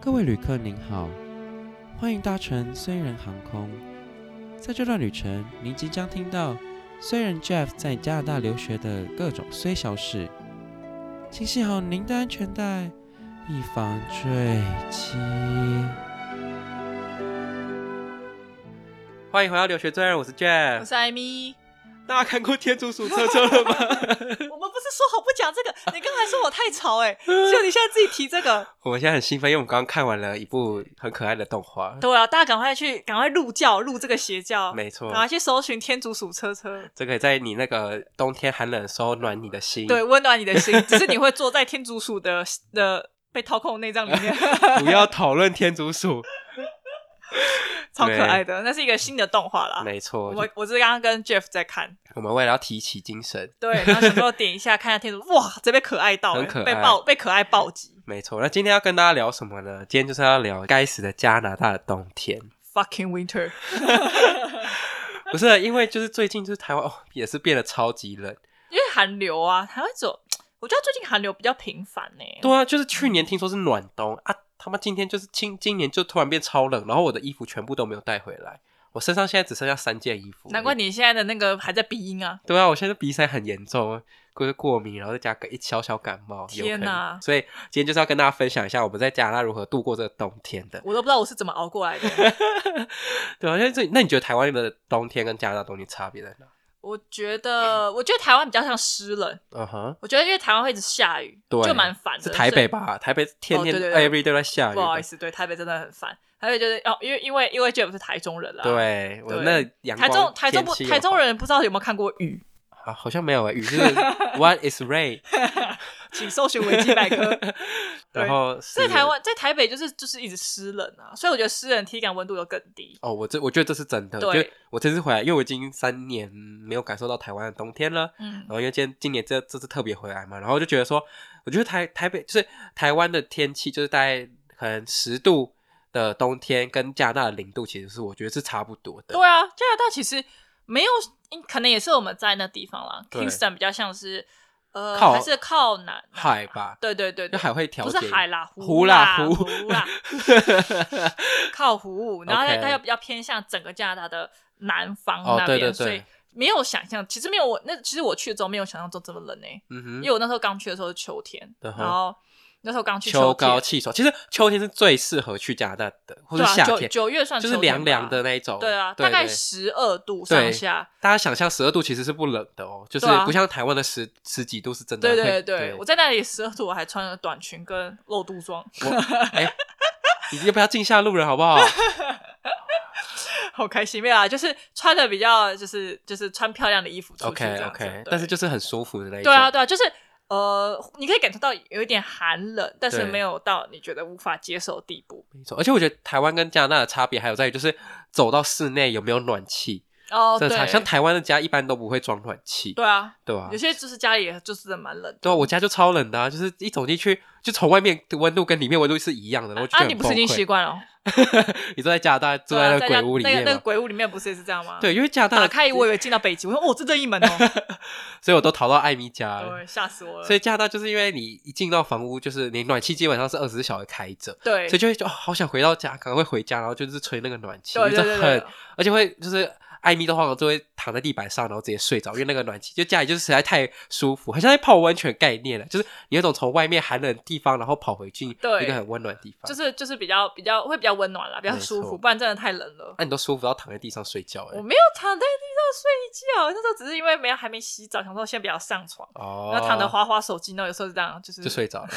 各位旅客您好，欢迎搭乘虽然航空。在这段旅程，您即将听到虽然 Jeff 在加拿大留学的各种虽小事，请系好您的安全带，以防坠机。欢迎回到留学虽然，我 是我 Jeff。是艾米。大家看过《天竺鼠车车》了吗？我们不是说好不讲这个？你刚才说我太吵哎、欸，就你现在自己提这个。 我们现在很兴奋，因为我们刚刚看完了一部很可爱的动画。对啊，大家赶快去，赶快入教，入这个邪教。没错赶快去搜寻天竺鼠车车，这可以在你那个冬天寒冷的时候暖你的心。对，，温暖你的心。只是你会坐在天竺鼠的的被掏空的内脏里 面，不要讨论天 竺鼠。超可爱的。那是一个新的动画啦。没错，我我们我是刚刚跟 Jeff 在看，我们为了要提起精神，对，然后想说点一下看一下天竺，哇，这被可爱到、欸，很可爱被暴被可爱暴击没错。那今天要跟大家聊什么呢？今天就是要聊该死的加拿大的冬天。 ，fucking winter。不是啊因为就是最近就是台湾哦，也是变得超级冷。因为寒流啊，台湾走，我觉得最近寒流比较频繁欸呢、对啊，就是去年听说是暖冬啊，他妈今天就是今今年就突然变超冷，然后我的衣服全部都没有带回来，我身上现在只剩下三件衣服。难怪你现在的那个还在鼻音啊！对啊，我现在鼻塞很严重，过过敏，然后再加个一小小感冒，有天可能哪所以今天就是要跟大家分享一下我们在加拿大如何度过这个冬天 的。我都不知道我是怎么熬过来的。对啊，那这那你觉得台湾的冬天跟加拿大冬天差别在哪？ 我觉得，我觉得台湾比较像湿冷。嗯哼，我觉得因为台湾会一直下雨，对就蛮烦的。是台北所吧？台北天天哦对对对 every day 都在下以？雨。不好意思，对台北真的很烦。台北就是哦，因为因为因为 Jeff 是台中人啦。。对，我啊对那阳光台中台中不天气又台中好人不知道有没有看过雨，啊，好像没有诶，雨 是 what is rain，请搜寻维基百 科。然后在是台湾，在台北就是就是一直湿冷啊，所以我觉得湿冷体感温度又更低。哦，我这我觉得这是真的，对就我这次回来，因为我已经三年没有感受到台湾的冬天了，嗯然，后因为今天今年这这次特别回来嘛，然后就觉得说，我觉得台台北就是台湾的天气，就是大概可能十度的冬天跟加拿大的零度，其实是我觉得是差不多的。对啊，加拿大其实没有，嗯可能也是我们在那地方啦。对 Kingston 比较像是呃，靠还是靠南啊海吧，对对对就对，海会调不节，是海啦，湖啦啦湖湖啦，靠湖， 然后它 OK 它又比较偏向整个加拿大的南方哦那边，对对对所以没有想象，其实没有我那其实我去的时候没有想象中这么冷诶、 欸嗯因哼，为我那时候刚去的时候是秋天，嗯哼然后那时候刚去秋天啊高气爽。其实秋天是最适合去加拿大的，或对是啊，夏九天，九月算就是秋天凉凉吧的。那一种。对啊，对大概对十二度上对下，大家想象十二度其实是不冷的哦，就是对啊不像台湾的十十几度是真的对会。对对，对，我在那里十二度，我还穿了短裙跟 露肚装，哎，你要不要敬下路人好不 好？好开心没有啊！就是穿的比较，就是就是穿漂亮的衣服出去 OK 这样子 OK，对但是就是很舒服的那一种。对啊，对啊，就是呃，你可以感受到有一点寒冷，但是对没有到你觉得无法接受的地步。没错。而且我觉得台湾跟加拿大的差别还有在于，就是走到室内有没有暖气。哦，这对个，差像台湾的家一般都不会装暖气，对啊，对吧有？些就是家里也就是真的蛮冷的。对啊，我家就超冷的、啊，就是一走进去就从外面的温度跟里面温度是一样的，然后我就觉啊，得你很不是已崩经溃习惯了哦？ 你坐在加拿大坐对在啊那在个家鬼屋里那面个那个嘛？鬼屋里面不是也是这样吗？，对，因为加拿大打开我以为进到北极，我说哦，这任意门 哦，所以我都逃到艾米家了。对，吓死我了。所以加拿大就是因为你一进到房屋，就是你暖气基本上是二十四小时开着，对所以，就会就、哦、好想回到家，赶快回家，然后就是吹那个暖气，对对就对是对很，，而且会就是艾米的话，我就会躺在地板上，然后直接睡着，因为那个暖气就家里就是实在太舒服，好像在泡温泉概念了，就是你有种从外面寒冷的地方，然后跑回去一对个很温暖的地方，就是是就是比较比较会比较温暖啦，比较没舒错服，不然真的太冷了。那、你都舒服到躺在地上睡觉哎、我没有躺在地上睡觉，那时候只是因为没有还没洗澡，想说先不要上床，哦，然后躺着划划手机，然后有时候是这样，就是就睡 着了，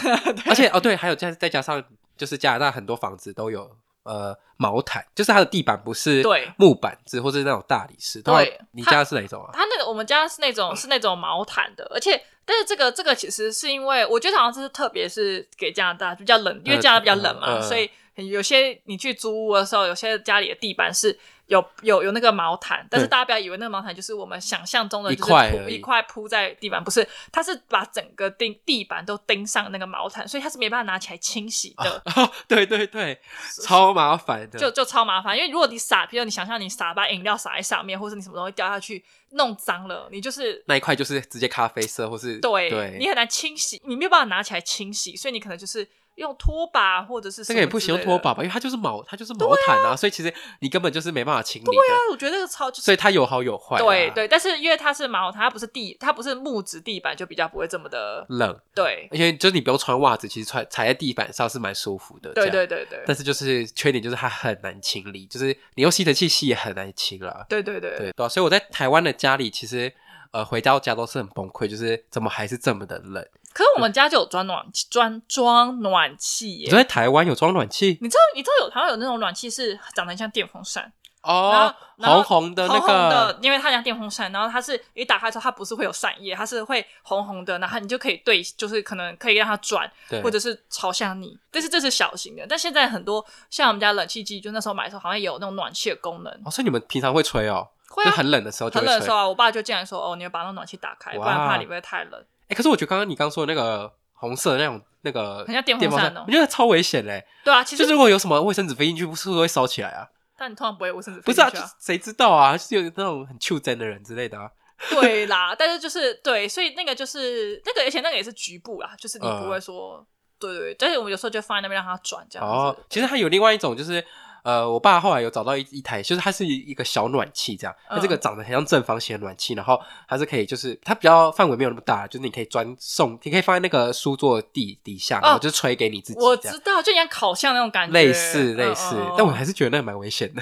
而且哦对，还有再再加上就是加拿大很多房子都有呃毛毯，就是它的地板不是对木板子或是那种大理石，都对要你它家是哪一种啊？ 他那个我们家是那种是那种毛毯的，而且但是这个这个其实是因为我觉得好像是特别是给加拿大比较冷，因为加拿大比较冷嘛，嗯嗯嗯所以有些你去租屋的时候，有些家里的地板是有有有那个毛毯，但是大家不要以为那个毛毯就是我们想象中的一就是块铺而已一块铺在地板，不是，它是把整个地地板都钉上那个毛毯，所以它是没办法拿起来清洗的，哦，对对对，超麻烦的，就就超麻烦，因为如果你撒，比如你想象你撒把饮料撒在上面，或者你什么东西掉下去弄脏了，你就是那一块就是直接咖啡色或是对，对你很难清洗，你没有办法拿起来清洗，所以你可能就是用拖把或者是这个也不行，用拖把吧？吧，因为它就是毛，它就是毛毯啊，所以其实你根本就是没办法清理的，但我觉得这个超就是所以它有好有坏、啊。啊对，对，但是因为它是毛毯，它不是地，它不是木质地板，就比较不会这么的冷，对，而且就是你不用穿袜子，其实踩踩在地板上是蛮舒服的。对这对样。对对但是就是缺点就是它很难清理，就是你用吸尘器吸也很难清了。对对对对对啊所以我在台湾的家里，其实呃回到家都是很崩溃，就是怎么还是这么的冷。可是我们家就有装暖气，装装暖气你耶。说在台湾有装暖气你知道，你知道有好像有那种暖气是长得很像电风扇，哦，然后红红的那红红个的，因为它像电风扇，然后它是你打开之后，它不是会有扇叶，它是会红红的，然后你就可以对，就是可能可以让它转，对，或者是朝向你。但是这是小型的，但现在很多像我们家冷气机，就那时候买的时候好像也有那种暖气的功能，哦，所以你们平常会吹哦，会就啊，很冷的时候就很会冷吹。的时候啊，我爸就竟然说：“哦，你要把那暖气打开，不然哇怕你会太 冷。哎、可是我觉得刚刚你刚说的那个红色的那种那个很像电风电风扇扇哦，我觉得超危险嘞、”对啊，其就实是如果有什么卫生纸飞进去，不是会烧起来啊？但你通常不会卫生纸不飞是进啊，去就啊是谁知道啊？就是有那种很袖珍的人之类的啊。 对啦，但是就是对，所以那个就是那个，而且那个也是局部啦，就是你嗯不会说、对对对，但是我们有时候就放在那边让它转这样子。哦，其实它有另外一种，就是呃，我爸后来有找到一一台，就是它是一个小暖气这样，它这个嗯长得很像正方形的暖气，然后它是可以，就是它比较范围没有那么大，就是你可以专送，你可以放在那个书桌底底下，然后就吹给你自己哦我这样知。道，就像烤箱那种感觉，类似嗯类似嗯嗯，但我还是觉得那蛮危险的，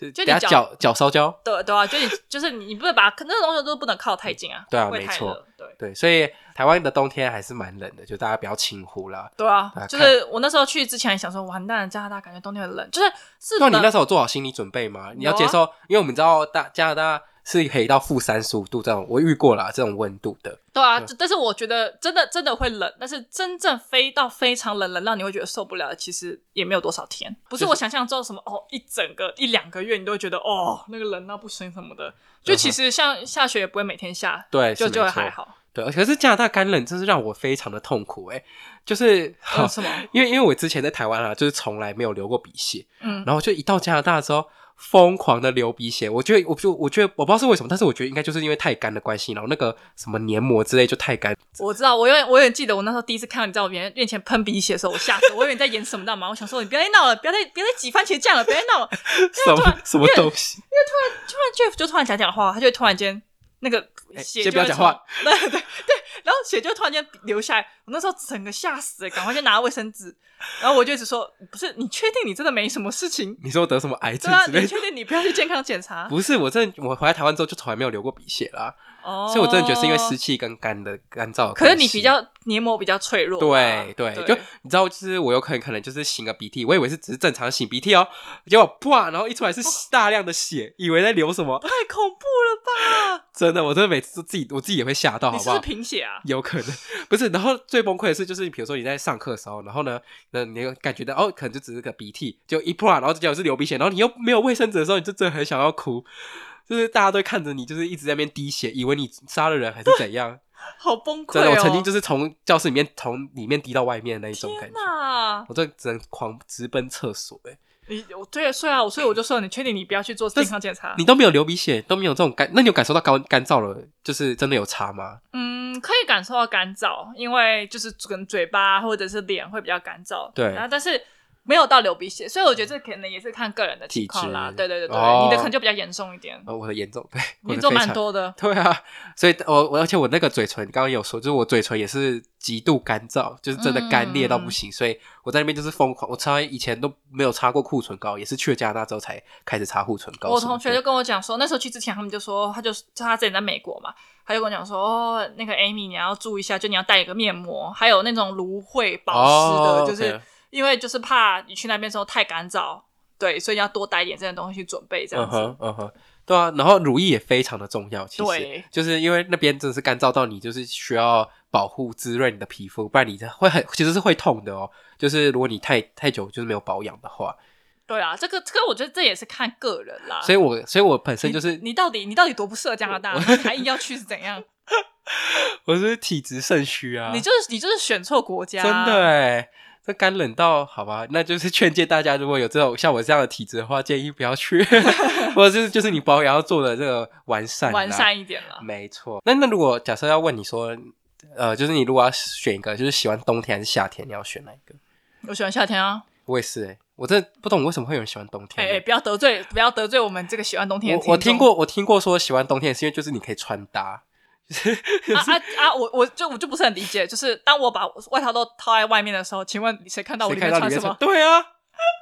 就就等你下脚脚脚烧焦。对对啊，就你就是你，你不能把可那种东西都不能靠太近啊，对啊会没太错热，对。对，所以台湾的冬天还是蛮冷的，就大家不要轻忽啦。对啊大家，就是我那时候去之前还想说，完蛋了，加拿大感觉冬天很冷，就是是那冷你那时候有做好心理准备啊吗？你要接受，因为我们知道大加拿大是可以到负三十五度这种，我遇过啦这种温度的。对啊，对就但是我觉得真的真的会冷，但是真正飞到非常冷，冷到你会觉得受不了，其实也没有多少天，不是就是我想象中什么哦，一整个一两个月你都会觉得哦那个冷到不行什么嗯的，就其实像下雪也不会每天下，对，就是没就会错还。好。对，可是加拿大干冷真是让我非常的痛苦哎、就是、嗯，什么？ 因为因为我之前在台湾啊，就是从来没有流过鼻血，嗯，然后就一到加拿大之后。疯狂的流鼻血，我觉得，我就我觉得，我不知道是为什么，但是我觉得应该就是因为太干的关系，然后那个什么黏膜之类就太干， 我知道，我有点我有点记得我那时候第一次看到你在我面面前喷鼻血的时候，我吓死，我以为你在演什么大嘛，我想说你不要再闹了，不要再不要再挤番茄酱了，不要再闹了。什啊么什么东西。突然 Jeff 就突然讲讲话，他就突然间那个哎血、就先不要会讲从 话，对对对，然后血就突然间流下来，我那时候整个吓死了，赶快就拿卫生纸，然后我就一直说，不是你确定你真的没什么事情？你说我得什么癌症对啊， 之类你的？确定你不要去健康检查？不是，我真的我回来台湾之后就从来没有流过鼻血啦，哦，所以我真的觉得是因为湿。气跟干的干燥的关系。可是你比较黏膜比较脆弱啊、对对，对，就你知道，就是我有可能可能就是擤个鼻涕，我以为是只是正常擤鼻涕哦， 结果哇，然后一出来是大量的血，以为在流什么，太恐怖了吧？真的，我真的每次都自己我自己也会吓到，你好是不不是好？贫血啊？有可能 不是，然后最崩溃的是，就是比如说你在上课的时候，然后呢，那你有感觉到哦，可能就只是个鼻涕，就一破，然后结果是流鼻血，然后你又没有卫生纸的时候，你就真的很想要哭，就是大家都看着你，就是一直在那边滴血，以为你杀了人还是怎样。好崩溃真哦！的，我曾经就是从教室里面从里面滴到外面的那一种感天觉，哪！我这只能狂直奔厕所、欸。你我对，所以啊，我所以我就说，你确定你不要去做健康检查？你都没有流鼻血，都没有这种干，那你有感受到干干燥了，就是真的有差吗？嗯，可以感受到干燥，因为就是跟嘴巴或者是脸会比较干燥。对然后但是没有到流鼻血，所以我觉得这可能也是看个人的情况啦体。质对对对对，哦你的可能就比较严重一点，呃，我的严重，对，我你的做非蛮常多的。对啊，所以我我而且我那个嘴唇刚刚有说，就是我嘴唇也是极度干燥，就是真的干裂到嗯不行，所以我在那边就是疯狂，我从来以前都没有擦过护唇膏，也是去了加拿大之后才开始擦护唇膏我什么的。同学就跟我讲说，那时候去之前，他们就说，他就就他之前在美国嘛，他就跟我讲说，哦，那个 Amy 你要注意一下，就你要带一个面膜，还有那种芦荟保湿的，哦就是 OK 因为就是怕你去那边之后太干燥，对，所以要多带一点这些东西去准备这样嗯子。哼嗯哼，对啊，然后乳液也非常的重要，其对实就是因为那边真的是干燥到你就是需要保护滋润你的皮肤，不然你会很其实是会痛的哦。就是如果你太太久就是没有保养的话，对啊，这个这个我觉得这也是看个人啦。所以我所以我本身啊你就是你到底你到底多不适合加拿大，然后你还硬要去是怎样？ 我是体质肾虚啊，你就是你就是选错国家，真的哎，这干冷到好吧？那就是劝诫大家，如果有这种像我这样的体质的话，建议不要去， 或者是就是你保养要做的这个完善啦完善一点啦。没错。那那如果假设要问你说，呃，就是你如果要选一个，就是喜欢冬天还是夏天，你要选哪一个？我喜欢夏天啊！我也是哎、我真的不懂为什么会有人喜欢冬哎、天、哎，不要得罪，不要得罪我们这个喜欢冬天的我我听听众过，我听过说喜欢冬天是因为就是你可以穿搭，啊啊啊！我我就我就不是很理解，就是当我把外套都套在外面的时候，请问谁看到我谁里看面到穿里什面穿么？对啊，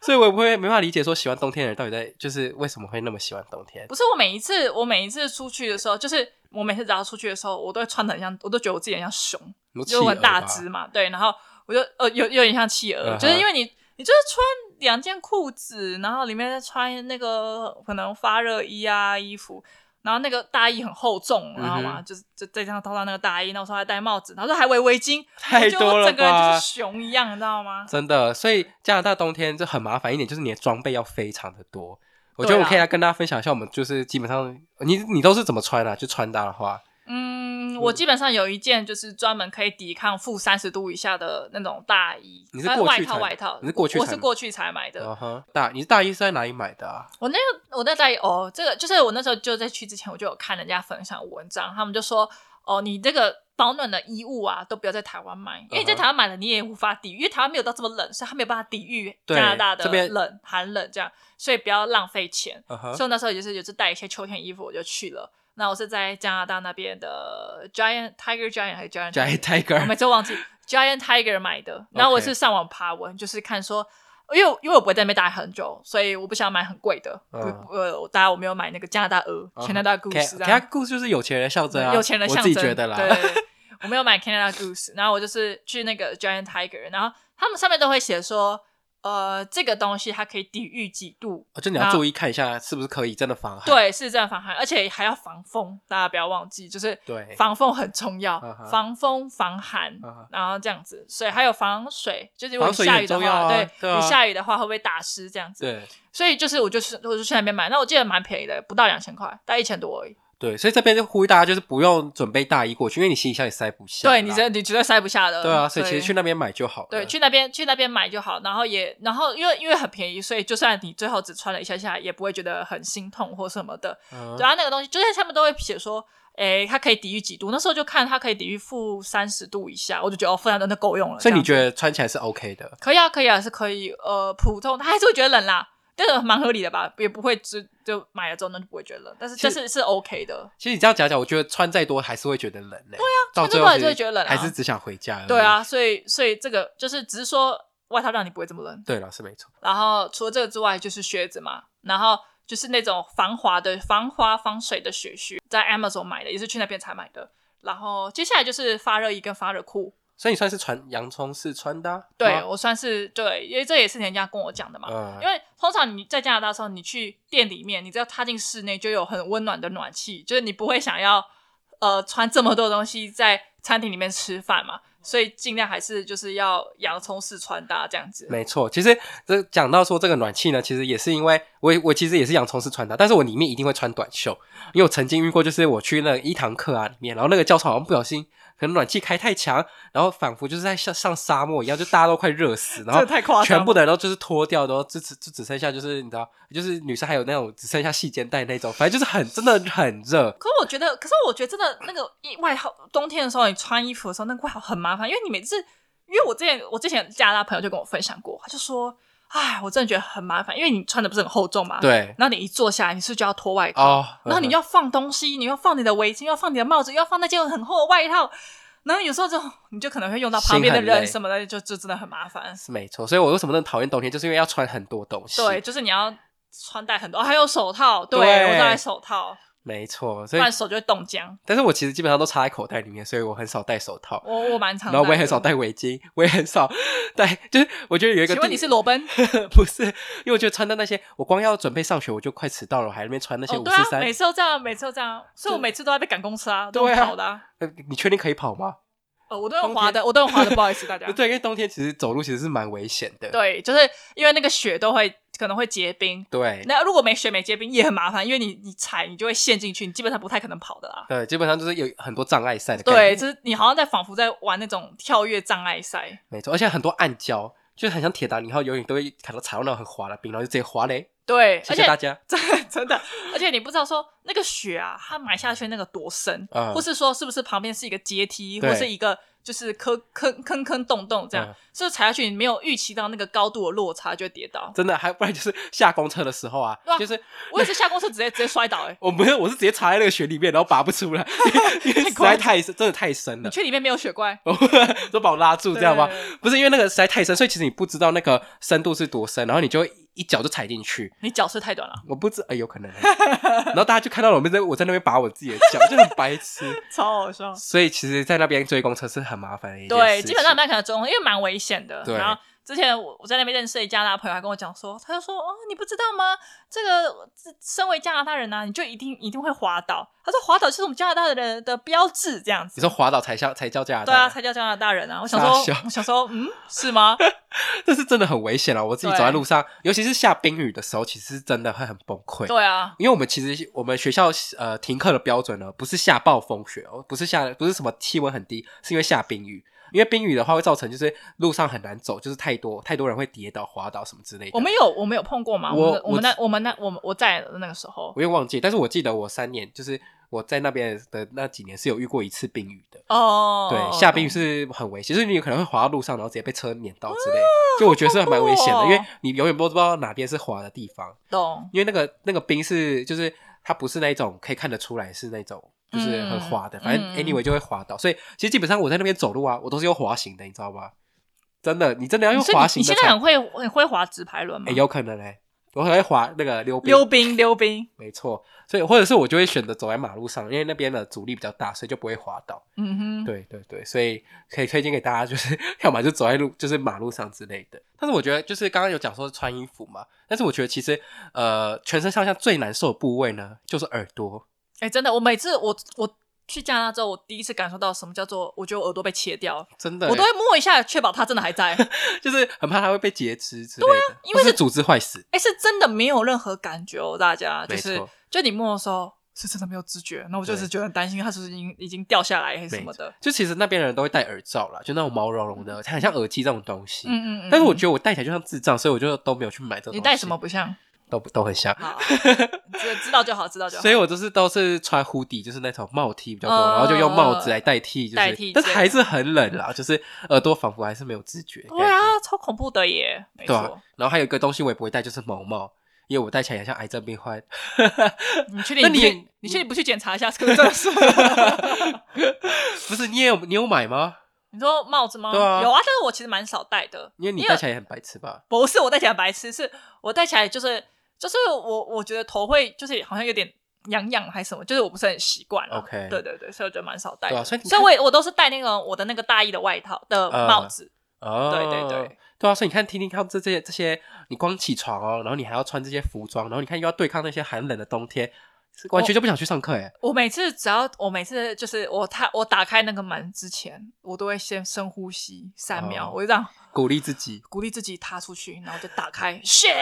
所以我也不会没办法理解说喜欢冬天的人到底在就是为什么会那么喜欢冬天。不是我每一次，我每一次出去的时候，就是我每次只要出去的时候，我都会穿的很像，我都觉得我自己很像熊，你说就我很企鹅大吧只嘛，对，然后我就呃有有点像企鹅嗯哼就是因为你你就是穿两件裤子，然后里面再穿那个可能发热衣啊衣服。然后那个大衣很厚重，嗯哼然后嘛，就是就再加上套上那个大衣，然后说还戴帽子，然后还围围巾，我太多觉得我了整个人吧就是熊一样，你知道吗？嗯真的，所以加拿大冬天就很麻烦一点，就是你的装备要非常的多。我觉得对啊我可以来跟大家分享一下，我们就是基本上你你都是怎么穿啊？就穿搭的话，嗯，我基本上有一件就是专门可以抵抗负三十度以下的那种大衣，你是呃过去外才套外套，你是过去我才是过去才买的。嗯哼，大你大衣是在哪里买的啊？我那个我那大衣哦，这个就是我那时候就在去之前我就有看人家分享文章，他们就说哦，你这个保暖的衣物啊，都不要在台湾买，因为你在嗯哼台湾买了你也无法抵御，因为台湾没有到这么冷，所以它没有办法抵御对加拿大的这边冷寒冷这样，所以不要浪费钱。嗯哼所以，我那时候也是也是带一些秋天衣服，我就去了。那我是在加拿大那边的 Giant Tiger Giant 还是 Giant g i Tiger？我 Tiger，每次忘 记 Giant Tiger 买的。然后我是上网爬文，就是看说，因为因为我不会在那边待很久，所以我不想买很贵的。嗯不呃，当然我没有买那个加拿大鹅、嗯哼 Canada Goose 这他样，故事就是有钱人的象征啊，啊有钱人的象我征。自己觉得啦。对，对对我没有买 Canada Goose，然后我就是去那个 Giant Tiger，然后他们上面都会写说，呃，这个东西它可以抵御几度，哦就你要注意看一下是不是可以真的防寒。对，是这样防寒，而且还要防风，大家不要忘记，就是对防风很重要嗯哼，防风防寒嗯哼，然后这样子，所以还有防水，就是如果你防水下也雨的重要啊话，对，对啊你下雨的话会不会打湿这样子？对所以就是我就是我就去那边买，那我记得蛮便宜的，不到两千块，大概一千多而已。对，所以这边就呼吁大家就是不用准备大衣过去，因为你行李箱也塞不下啦。对你这你绝对塞不下的。对啊，所以其实去那边买就好了。对，去那边去那边买就好，然后也然后因为因为很便宜，所以就算你最后只穿了一下下，也不会觉得很心痛或什么的。嗯对啊，那个东西就是他们都会写说，诶、它可以抵御几度？那时候就看它可以抵御负三十度以下，我就觉得哦，负三十度那够用了。所以你得觉得穿起来是 OK 的？可以啊，可以啊，是可以。呃，普通他还是会觉得冷啦，但是蛮合理的吧，也不会只就买了之后那就不会觉得冷，但是其这实是是 OK 的。其实你这样讲讲，我觉得穿再多还是会觉得冷呢、对啊，到穿再最多后还是会觉得冷啊还是只想回家而已。对啊，所以所以这个就是只是说外套让你不会这么冷，对啦，是没错。然后除了这个之外就是靴子嘛，然后。就是那种防滑的、防滑防水的雪靴，在 Amazon 买的，也是去那边才买的。然后接下来就是发热衣跟发热裤，所以你算是穿洋葱式穿搭吗？对我算是对，因为这也是人家跟我讲的嘛。嗯，因为通常你在加拿大的时候，你去店里面，你只要踏进室内就有很温暖的暖气，就是你不会想要呃穿这么多东西在餐厅里面吃饭嘛，所以尽量还是就是要洋葱式穿搭这样子。没错。其实这讲到说这个暖气呢，其实也是因为我我其实也是洋葱式穿搭，但是我里面一定会穿短袖，因为我曾经遇过，就是我去那一堂课啊里面，然后那个教授好像不小心。可能暖气开太强，然后仿佛就是在像上沙漠一样，就大家都快热死，然后这太夸张了全部的人都就是脱掉，然后就只就只剩下就是你知道，就是女生还有那种只剩下细肩带那种，反正就是很真的很热，可是我觉得，可是我觉得真的那个衣外套，冬天的时候你穿衣服的时候，那个外套很麻烦，因为你每次，因为我之前我之前加拿大朋友就跟我分享过，他就说，哎，我真的觉得很麻烦，因为你穿的不是很厚重嘛，对然后你一坐下来，你是不是就要脱外套，哦，然后你要放东西，你要放你的围巾，要放你的帽子，要放那件很厚的外套，然后有时候就你就可能会用到旁边的心很人累什么的，就就真的很麻烦。是没错，所以我为什么那么讨厌冬天，就是因为要穿很多东西。对，，就是你要穿戴很多，哦还有手套，对对我都戴手套，没错，不所以然手就会冻僵。但是我其实基本上都插在口袋里面，所以我很少戴手套，我我蛮常，然后我也很少。戴围巾，我也很少戴，就是我觉得有一个请地，问你是裸奔？ 不是？因为我觉得穿的那些，我光要准备上学我就快迟到了，我还在那边穿那些哦，五对四啊，三每，次都这样，每次都这样，所以我每次都在被赶公司啊，都对啊跑的、啊。呃你确定可以跑吗？呃，我都用滑的，我都用滑 的，不好意思大家。对，因为冬天其实走路其实是蛮危险的。啊对，就是因为那个雪都会可能会结冰，对那如果没雪没结冰也很麻烦，因为你你踩你就会陷进去，你基本上不太可能跑的啦。对，基本上就是有很多障碍赛的概念。对，就是你好像在仿佛在玩那种跳跃障碍赛，没错，而且很多暗礁，就是很像铁达尼号游泳都会可能踩到那种很滑的冰，然后就直接滑嘞。对，谢谢大而且家。真真的，而且你不知道说那个雪啊，它埋下去那个多深，嗯或是说是不是旁边是一个阶梯，对或是一个就是坑坑坑坑洞洞这样嗯，所以踩下去你没有预期到那个高度的落差，就会跌倒。真的，还不然就是下公车的时候啊对，啊就是我也是下公车直接直接摔倒、 欸，哎，我没有，我是直接插在那个雪里面，然后拔不 出来，因为实在太深真的太深你了，去里面没有雪怪，都把我拉住，这样吗对？对对对哦不是因为那个实在太深，所以其实你不知道那个深度是多深，然后你就会一脚就踩进去。你脚是太短了，我不知，哎、有可能。 然后大家就看到我们在我在那边拔我自己的脚，就很白痴。超好笑。所以其实，在那边追公车是很麻烦的一件事对，情基本上麦肯的中，因为蛮危险的。对然后之前我我在那边认识一加拿大朋友，还跟我讲说，他就说哦，你不知道吗？这个这身为加拿大人啊，你就一定一定会滑倒。他说滑倒就是我们加拿大人的标志，这样你子。说滑倒才叫才叫加拿对啊，大，才叫加拿大人啊！我想傻说笑，我想说，嗯，是吗？这是真的很危险了。我自己走在路上，尤其是下冰雨的时候，其实是真的会很崩溃。对啊，因为我们其实我们学校呃停课的标准呢，不是下暴风雪哦，不是下不是什么气温很低，是因为下冰雨。因为冰雨的话会造成就是路上很难走，就是太多太多人会跌倒、滑倒什么之类的。我们有我们有碰过吗？我我们我我们那我们那我们我在的那个时候，我也忘记，但是我记得我三年就是我在那边的那几年是有遇过一次冰雨的。哦，对，下冰雨是很危险，就是你有可能会滑到路上，然后直接被车碾到之类。就我觉得是蛮危险好的，恐因啊怖哦为你永远不知道哪边是滑的地方。懂，因为那个那个冰是就是它不是那一种可以看得出来是那种就是很滑的，嗯反正嗯 anyway 就会滑倒。所以其实基本上我在那边走路啊，我都是用滑行的，你知道吗？真的，你真的要用所以你滑行你的现在才很会很会滑直排轮吗诶？有可能哎、我很会滑那个溜冰，溜冰溜冰，没错。所以或者是我就会选择走在马路上，因为那边的阻力比较大，所以就不会滑倒。嗯哼，对对对，所以可以推荐给大家，就是 要么就走在路，就是马路上之类的。但是我觉得，就是刚刚有讲说穿衣服嘛，但是我觉得其实呃，全身上下最难受的部位呢，就是耳朵。哎、真的，我每次我我去加拿大之后，我第一次感受到什么叫做，我觉得我耳朵被切掉了，真的欸，我都会摸一下，确保它真的还在。 哎、就是很怕它会被截肢之类的，啊因为或是是组织坏死。是真的没有任何感觉哦，大家就没是错就你摸的时候是真的没有知觉，那我就对是觉得很担心它是不是已经已经掉下来还是什么的。就其实那边的人都会戴耳罩啦，就那种毛茸茸的，它很像耳机这种东西。嗯嗯嗯嗯。但是我嗯觉得我戴起来就像智障，所以我就都没有去买这种。你戴什么？不 像，都不都 很像，好，知知道就好，知道就好。所以我就是都是穿呼底，就是那种帽 T 比较多，嗯然后就用帽子来代替，就是代替但是还是很冷啦，就是耳朵仿佛还是没有知觉。对，啊，超恐怖的耶，没对错。 啊。然后还有一个东西我也不会戴，就是毛毛，因为我戴起来很像癌症病患。你确定那你不也去你确定不去检查一下这个证书？ 不是，你也有你有买吗？你说帽子吗？对啊有啊，但是我其实蛮少戴的，因为你戴起来也很白痴吧？不是我戴起来白痴，是我戴起来就是就是我我觉得头会就是好像有点痒痒还是什么，就是我不是很习惯啊。 OK 对对对，所以我觉得蛮少戴对的。啊所以你所以我也我都是戴那个我的那个大衣的外套的呃帽子。哦，对对对，对啊，所以你看，听听看这些这些，你光起床哦，然后你还要穿这些服装，然后你看又要对抗那些寒冷的冬天，是完全就不想去上课哎。我每次只要我每次就是我他我打开那个门之前，我都会先深呼吸三秒，哦我就这样鼓励自己，鼓励自己踏出去，然后就打开 shit，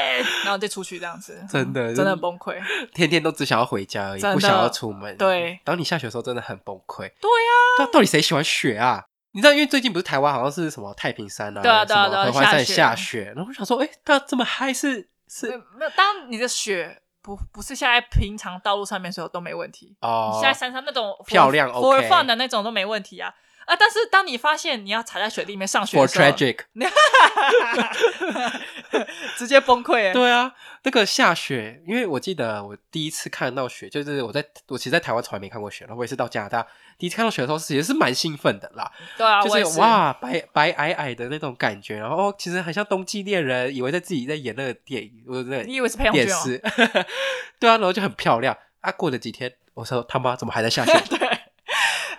然后再出去这样子， 真的哦真的很崩溃。 天天都只想要回家而已，真的不想要出门。对，然后你下雪的时候真的很崩溃。对呀、那到底谁喜欢雪啊？你知道，因为最近不是台湾好像是什么太平山啊，对啊对啊什对么啊合欢山下雪下雪，然后我想说，哎、大家这么嗨是是没没有，当你的雪不不是下在平常道路上面的时候都没问题，哦你，下在山上那种 for- 漂亮 for OK fun 的那种都没问题啊啊！但是当你发现你要踩在雪地里面上学 for 的时候 tragic，直接崩溃欸。对啊，那个下雪，因为我记得我第一次看到雪，就是我在我其实，在台湾从来没看过雪，然后我也是到加拿大第一次看到雪的时候，也是蛮兴奋的啦，对啊，就我也是哇，白白皑皑的那种感觉，然后、哦、其实很像《冬季猎人》，以为在自己在演那个电影，我那你个以为是裴勇电俊哦？视， 对啊，然后就很漂亮啊。过了几天，我说他妈怎么还在 下雪？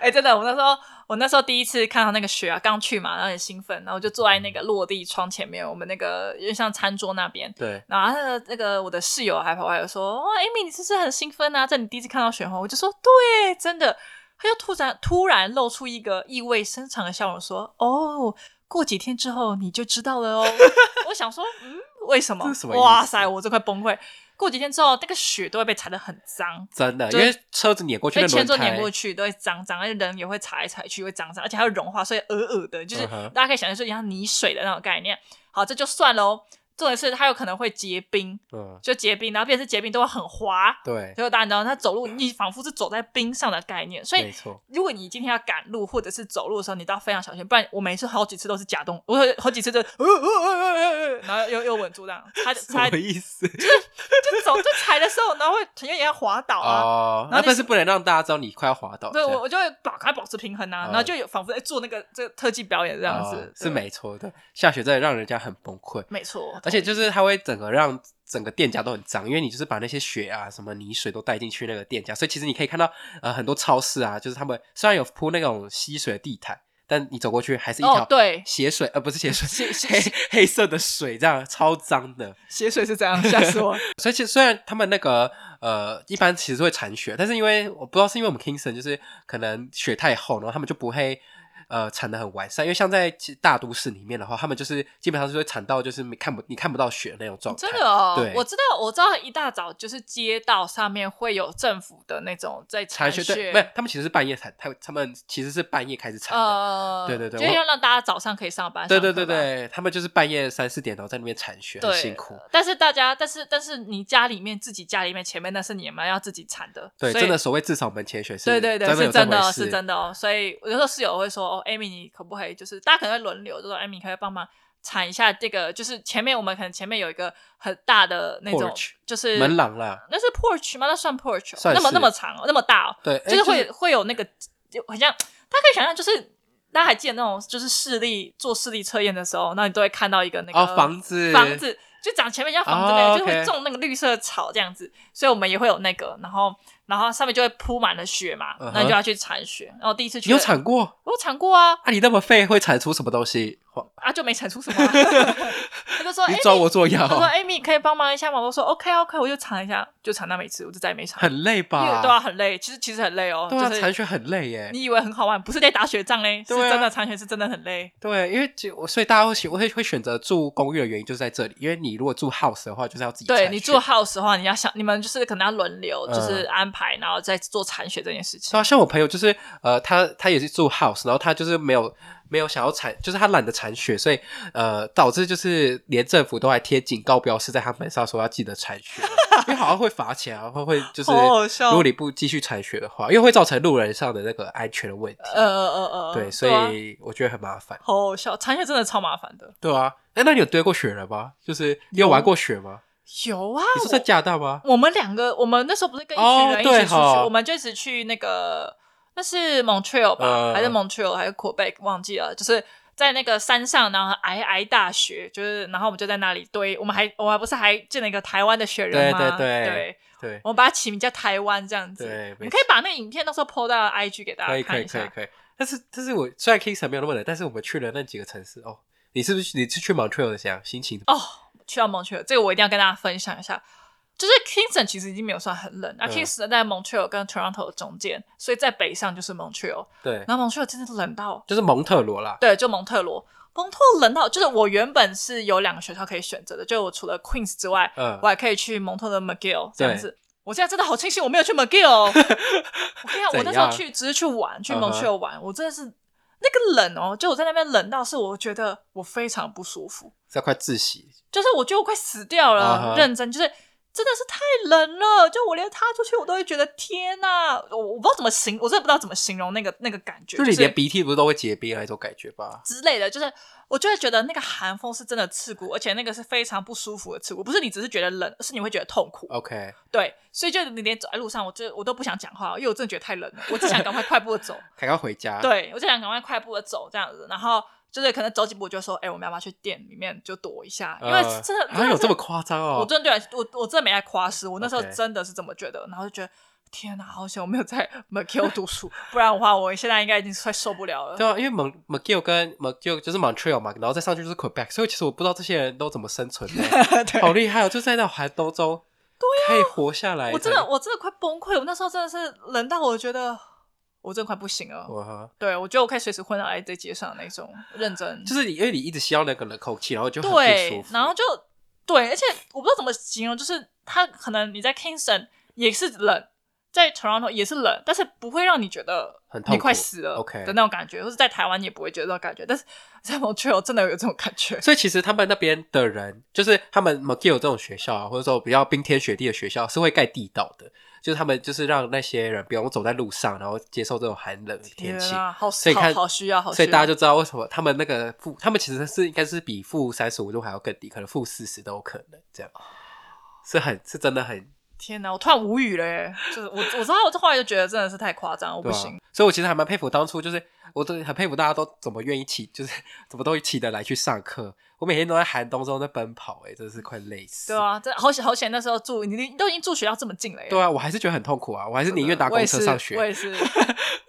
哎、真的，我那时候我那时候第一次看到那个雪啊，刚去嘛，然后很兴奋，然后我就坐在那个落地窗前面，我们那个因为像餐桌那边，对，然后那个那个我的室友还跑过来说：“哇，Amy，你是不是很兴奋啊？这你第一次看到雪花？”我就说：“对，真的。”他就突然突然露出一个意味深长的笑容，说：“哦，过几天之后你就知道了哦。”我想说，嗯，为什么？这是什么意思哇塞，我这快崩溃！过几天之后，那个雪都会被踩得很脏，真的，因就为车子碾过去，被那前轮座胎碾过去都会脏脏，而且人也会踩来踩去会脏脏，而且还会融化，所以鹅鹅的，就是嗯哼大家可以想象说，像泥水的那种概念。好，这就算喽。哦重点是它有可能会结冰，嗯，就结冰，然后变成结冰都会很滑。对，结果大家你知道，它走路你仿佛是走在冰上的概念，所以没错，如果你今天要赶路或者是走路的时候，你都要非常小心，不然我每次好几次都是假动，我有好几次就，呃呃呃呃呃呃然后又又稳住这样，差什差么就意思？走就踩的时候，然后会很有点要滑倒啊。哦，然后那你但是不能让大家知道你快要滑倒。对这我样我就会保它保持平衡啊，哦然后就有仿佛在做那个这个特技表演这样哦子，是对没错的。下雪真的让人家很崩溃，没错，而且就是它会整个让整个店家都很脏，因为你就是把那些雪啊、什么泥水都带进去那个店家，所以其实你可以看到呃很多超市啊，就是他们虽然有铺那种吸水的地毯，但你走过去还是一哦条对，血水，呃不是血水， 黑黑色的水，这样超脏的。血水是这样，吓死我！所以其实虽然他们那个呃一般其实会铲雪，但是因为我不知道是因为我们 Kingston 就是可能雪太厚，然后他们就不会呃铲的很完善。因为像在其实大都市里面的话，他们就是基本上是会铲到就是没看不你看不到雪那种状态。真的哦哎对，我知道，我知道，一大早就是街道上面会有政府的那种在铲铲雪对，不是他们其实是半夜铲，他他们其实是半夜开始铲的。呃，对对对就是我要让大家早上可以上班。对上对课对吧，对，他们就是半夜三四点，然后在那边铲雪，很对辛苦。但是大家，但是但是你家里面自己家里面前面那是你们要自己铲的，对，所以真的。所谓自扫门前雪是对对对，真的是有这真回的，事是真的哦。所以有时候室友会说：“哦，Amy，你可不可以就是大家可能会轮流，就说 Amy 你可不可以帮忙铲一下这个，就是前面我们可能前面有一个很大的那种 Porch，就是门廊啦。那是 porch 吗？那算 porch？、哦、算那么是那么长哦，那么大哦，对，哎就是会、会有那个，就很像，大家可以想象，就是大家还记得那种，就是视力做视力测验的时候，那你都会看到一个那个、哦房子房子就长前面像房子那个哦就是会 OK 种那个绿色草这样子，所以我们也会有那个，然后然后上面就会铺满了雪嘛，嗯哼那你就要去铲雪。然后第一次去你有铲过？我有铲过啊，啊，你那么废，会产出什么东西？哇啊就没铲出什 么、啊，他就说你哎。装模作样他说哦， ：“Amy，可以帮忙一下吗？”我说：“OK 啊 OK，我就铲一下，就铲那么一次，我就再也没铲。”很累因吧？为对啊，，很累，其实其实很累哦。对啊，就是铲雪很累耶。你以为很好玩，不是在打雪仗嘞，是对啊真的残雪是真的很累。对，因为就我所以大家会喜会会选择住公寓的原因就是在这里，因为你如果住 house 的话，就是要自己铲对雪你住 house 的话，你要想，你们就是可能要轮流，嗯就是安排，然后再做残雪这件事情对。啊，像我朋友就是呃，他他也是住 house，然后他就是没有没有想要铲，就是他懒得铲雪，所以呃，导致就是连政府都还贴警告标示在他门上，说要记得铲雪， 因为好像会罚钱啊，会会就是好好笑如果你不继续铲雪的话，因为会造成路人上的那个安全的问题。呃呃呃呃，对，所啊以我觉得很麻烦。好好笑，残雪真的超麻烦的。对啊，哎，那你有堆过雪人吗？就是你有玩过雪吗？有啊，你说在加拿大吗？我我们两个，我们那时候不是跟一群哦人一对起出去，吼我们就一起去那个，那是 Montreal 吧，呃还是 Montreal 还是 Quebec 忘记了，就是。在那个山上，然后皑皑大雪，就是，然后我们就在那里堆，我们还我们还不是还建了一个台湾的雪人吗？对对对对，对我们把它起名叫台湾这样子。对，你没可以把那个影片到时候 PO 到 IG 给大可家以可看以一可以下。可以。但是但是我虽然 Kingston 没有那么冷，但是我们去了那几个城市哦。你是不是你是去 Montreal 的怎样心情？哦，去到蒙特尔，这个我一定要跟大家分享一下。就是 Kingston 其实已经没有算很冷，啊、嗯 Kingston 在 Montreal 跟 Toronto 的中间，所以在北上就是 Montreal，对，然后 Montreal 真的是冷到，就是蒙特罗啦。对，就蒙特罗，蒙特罗冷到，就是我原本是有两个学校可以选择的，就我除了 Queens 之外，嗯我还可以去蒙特的 McGill 这样对子。我现在真的好庆幸我没有去 McGill 哦。我跟你讲，我那时候怎样去只是去玩，去嗯哼 Montreal 玩，我真的是那个冷哦，就我在那边冷到是我觉得我非常不舒服，这快窒息，就是我觉得我快死掉了嗯哼认真就是。真的是太冷了，就我连踏出去我都会觉得天呐，我我不知道怎么形，我真的不知道怎么形容那个那个感觉，就你是连鼻涕不是都会结冰那种感觉吧？之类的，就是我就会觉得那个寒风是真的刺骨，而且那个是非常不舒服的刺骨，不是你只是觉得冷，是你会觉得痛苦。 OK，对，所以就你连走在路上，我就我都不想讲话，因为我真的觉得太冷了，我只想赶快快步的 走。赶快回家。，对，我就想赶快快步的走这样子，然后就是可能走几步我就说，哎、我们要不要去店里面就躲一下？因为真的，真的呃啊还有是这么夸张哦？我真的对我我真的没在夸饰，我那时候 OK 真的是这么觉得，然后就觉得。天哪，好险我没有在 McGill 读书，不然的话，我现在应该已经快受不了了。对啊，因为蒙 McGill 跟 McGill 就是 Montreal 嘛，然后再上去就是 Quebec，所以其实我不知道这些人都怎么生存的， 对啊好厉害哦！就在那种寒冬中，对呀、可以活下来。我真的，我真的快崩溃。我那时候真的是冷到我觉得我真的快不行了。我哈，对，我觉得我可以随时昏倒在这街上那种，认真。就是你，因为你一直吸到那个冷空气，然后就很不舒对服，。然后就对，而且我不知道怎么形容，就是它可能你在 Kingston 也是冷，在 Toronto 也是冷，但是不会让你觉得很痛苦你快死了 OK 的那种感觉，或者在台湾也不会觉得这种感觉，但是 在 Montreal 真的有这种感觉。所以其实他们那边的人，就是他们 McGill 这种学校啊，或者说比较冰天雪地的学校，是会盖地道的，就是他们就是让那些人不用走在路上，然后接受这种寒冷的天气。啊，好所以看好好需要，好需所要。以大家就知道为什么他们那个负，他们其实是应该是比负三十五度还要更低，可能负四十都有可能，这样是很是真的很天啊哪，我突然无语了耶！就是我我知道，我这后来就觉得真的是太夸张，我对不啊行。所以我其实还蛮佩服当初，就是我都很佩服大家都怎么愿意起， 就是怎么都起得来去上课。我每天都在寒冬中在奔跑、欸，哎，真的是快累死。对，啊，真的好险好险！那时候住你你都已经住学校这么近了耶，对啊，我还是觉得很痛苦啊，我还是宁愿搭我公也车是上学，，我也是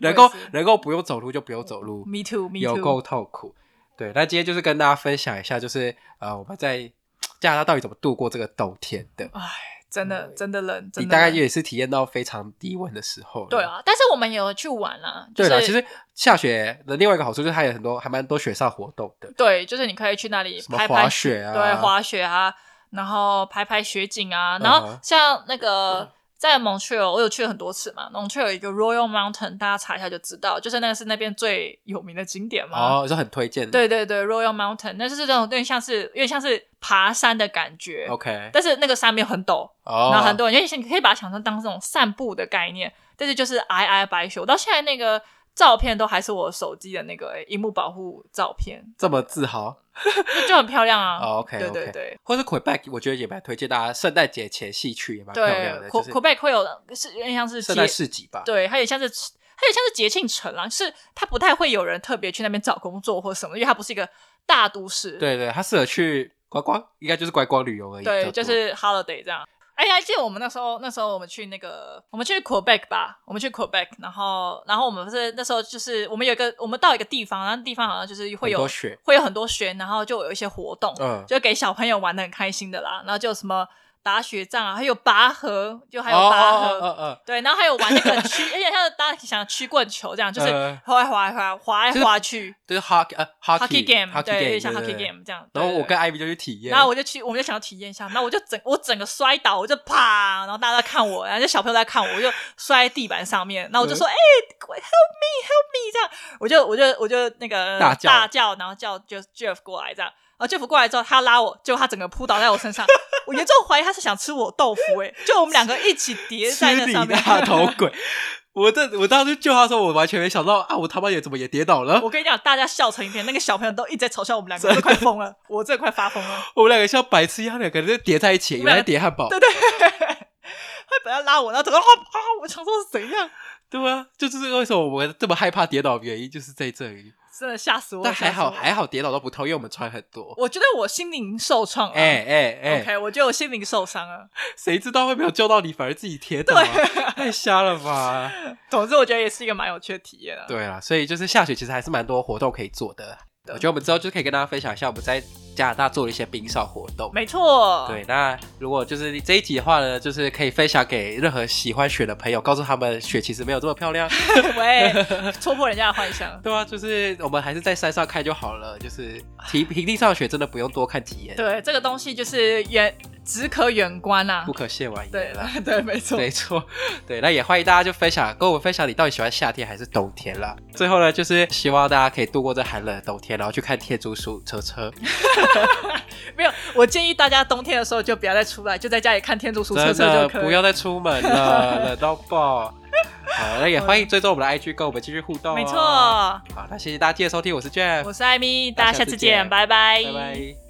能够我也是能够不用走路就不用走路， Me too，Me 有 too。够痛苦。对，那今天就是跟大家分享一下，就是呃我们在加拿大到底怎么度过这个冬天的。唉，真的真的冷，啊真嗯你的大概冷也是体验到非常低温的时候了。对啊，但是我们也有去玩啦、就对是啦，其实下雪的另外一个好处就是它有很多还蛮多雪上活动的。对，就是你可以去那里什么拍滑拍雪啊对，滑雪啊，然后拍拍雪景啊，然嗯后哼嗯像那个。在蒙特利尔，我有去了很多次嘛。蒙特利尔有一个 Royal Mountain，大家查一下就知道，就是那个是那边最有名的景点嘛。哦，就很推荐。对对对，Royal Mountain，那就是这种有点像是有点像是爬山的感觉。 ，OK，但是那个山没有很陡，哦，然后很多人，因为你可以把它想象当这种散步的概念，但是就是皑皑白雪。我到现在那个照片都还是我手机的那个诶荧幕保护照片，这么自豪。就就很漂亮啊。哦，OK，对 OK 对对或是 Quebec，我觉得也蛮推荐大家圣诞节前夕去，也蛮漂亮对，的，魁就是魁北克会有是有点像是圣诞节，市集吧。对，它也像是它也像是节庆城啦，是它不太会有人特别去那边找工作或什么，因为它不是一个大都市。对对，它适合去观光，应该就是观光旅游而已。对，比较多就是 holiday 这样。哎，还记得我们那时候，那时候我们去那个，我们去 Quebec 吧，我们去 Quebec，然后，然后我们不是那时候就是我们有一个，我们到一个地方，然后地方好像就是会很有多雪。会有很多雪，然后就有一些活动，嗯，就给小朋友玩的很开心的啦，然后就有什么打雪仗啊，还有拔河，就还有拔河，哦哦哦对，然后还有玩那个曲，有点像大家想的曲棍球这样，就是嗯滑来滑来滑来滑来就是滑去、就是 hockey 呃 hockey game，对，有点像 hockey。对对 game 这样。然后对我对跟艾米就去体验，然后我就去，我们就想要体验一下，然后我就整我整个摔倒，我就啪，然后大家在看我，然后就小朋友在看我，我就摔在地板上面，然后我嗯就说，哎、h e l p me，help me，这样，我就我就我就那个大叫然后叫 Jeff Jeff 过来这样，然后 Jeff 过来之后，他拉我，结果他整个扑倒在我身上，我严重怀疑他是想吃我豆腐、哎，就我们两个一起叠在吃那你上面，大头鬼！我这我当时救他的时候，我完全没想到啊，我他妈也怎么也跌倒了 我？跟你讲，大家笑成一片，那个小朋友都一直在嘲笑我们两个，我都快疯了，我真的快发疯了。我们两个像白痴一样，两个人就叠在一起，我有们两人个在叠汉堡。对对，他本来拉我，然后整个啊啊！我想说是怎样，对啊，这就是为什么我们这么害怕跌倒的原因，就是在这里。真的吓死我！但还好，还好，好跌倒都不痛，因为我们穿很多。我觉得我心灵受创了。 哎哎哎， OK，我觉得我心灵受伤了。谁知道会没有救到你，反而自己跌倒、啊，太瞎了吧？总之，我觉得也是一个蛮有趣的体验啊。 对啊，所以就是下雪其实还是蛮多活动可以做的。我觉得我们之后就可以跟大家分享一下我们在加拿大做的一些冰上活动。没错，对，，那如果就是这一集的话呢，就是可以分享给任何喜欢雪的朋友，告诉他们雪其实没有这么漂 亮。 喂，戳破人家的幻想。对啊，就是我们还是在山上看就好了，就是平平地上的雪真的不用多看几眼，对，这个东西就是远，只可远观啊不。可亵玩焉对啦。 对，没错。 没错，对，那也欢迎大家就分享，跟我们分享你到底喜欢夏天还是冬天啦。最后呢，就是希望大家可以度过这寒冷的冬天，然后去看天竺鼠 车车，没有，我建议大家冬天的时候就不要再出来，就在家里看天竺鼠车真车的就可以。不要再出 门了，冷到爆。好，那也欢迎追踪我们的 IG，跟我们继续互动、哦。没错。好，那谢谢大家今天的收听，我是 Jeff，我是艾米，大大家家下下次次见见，拜拜，拜拜。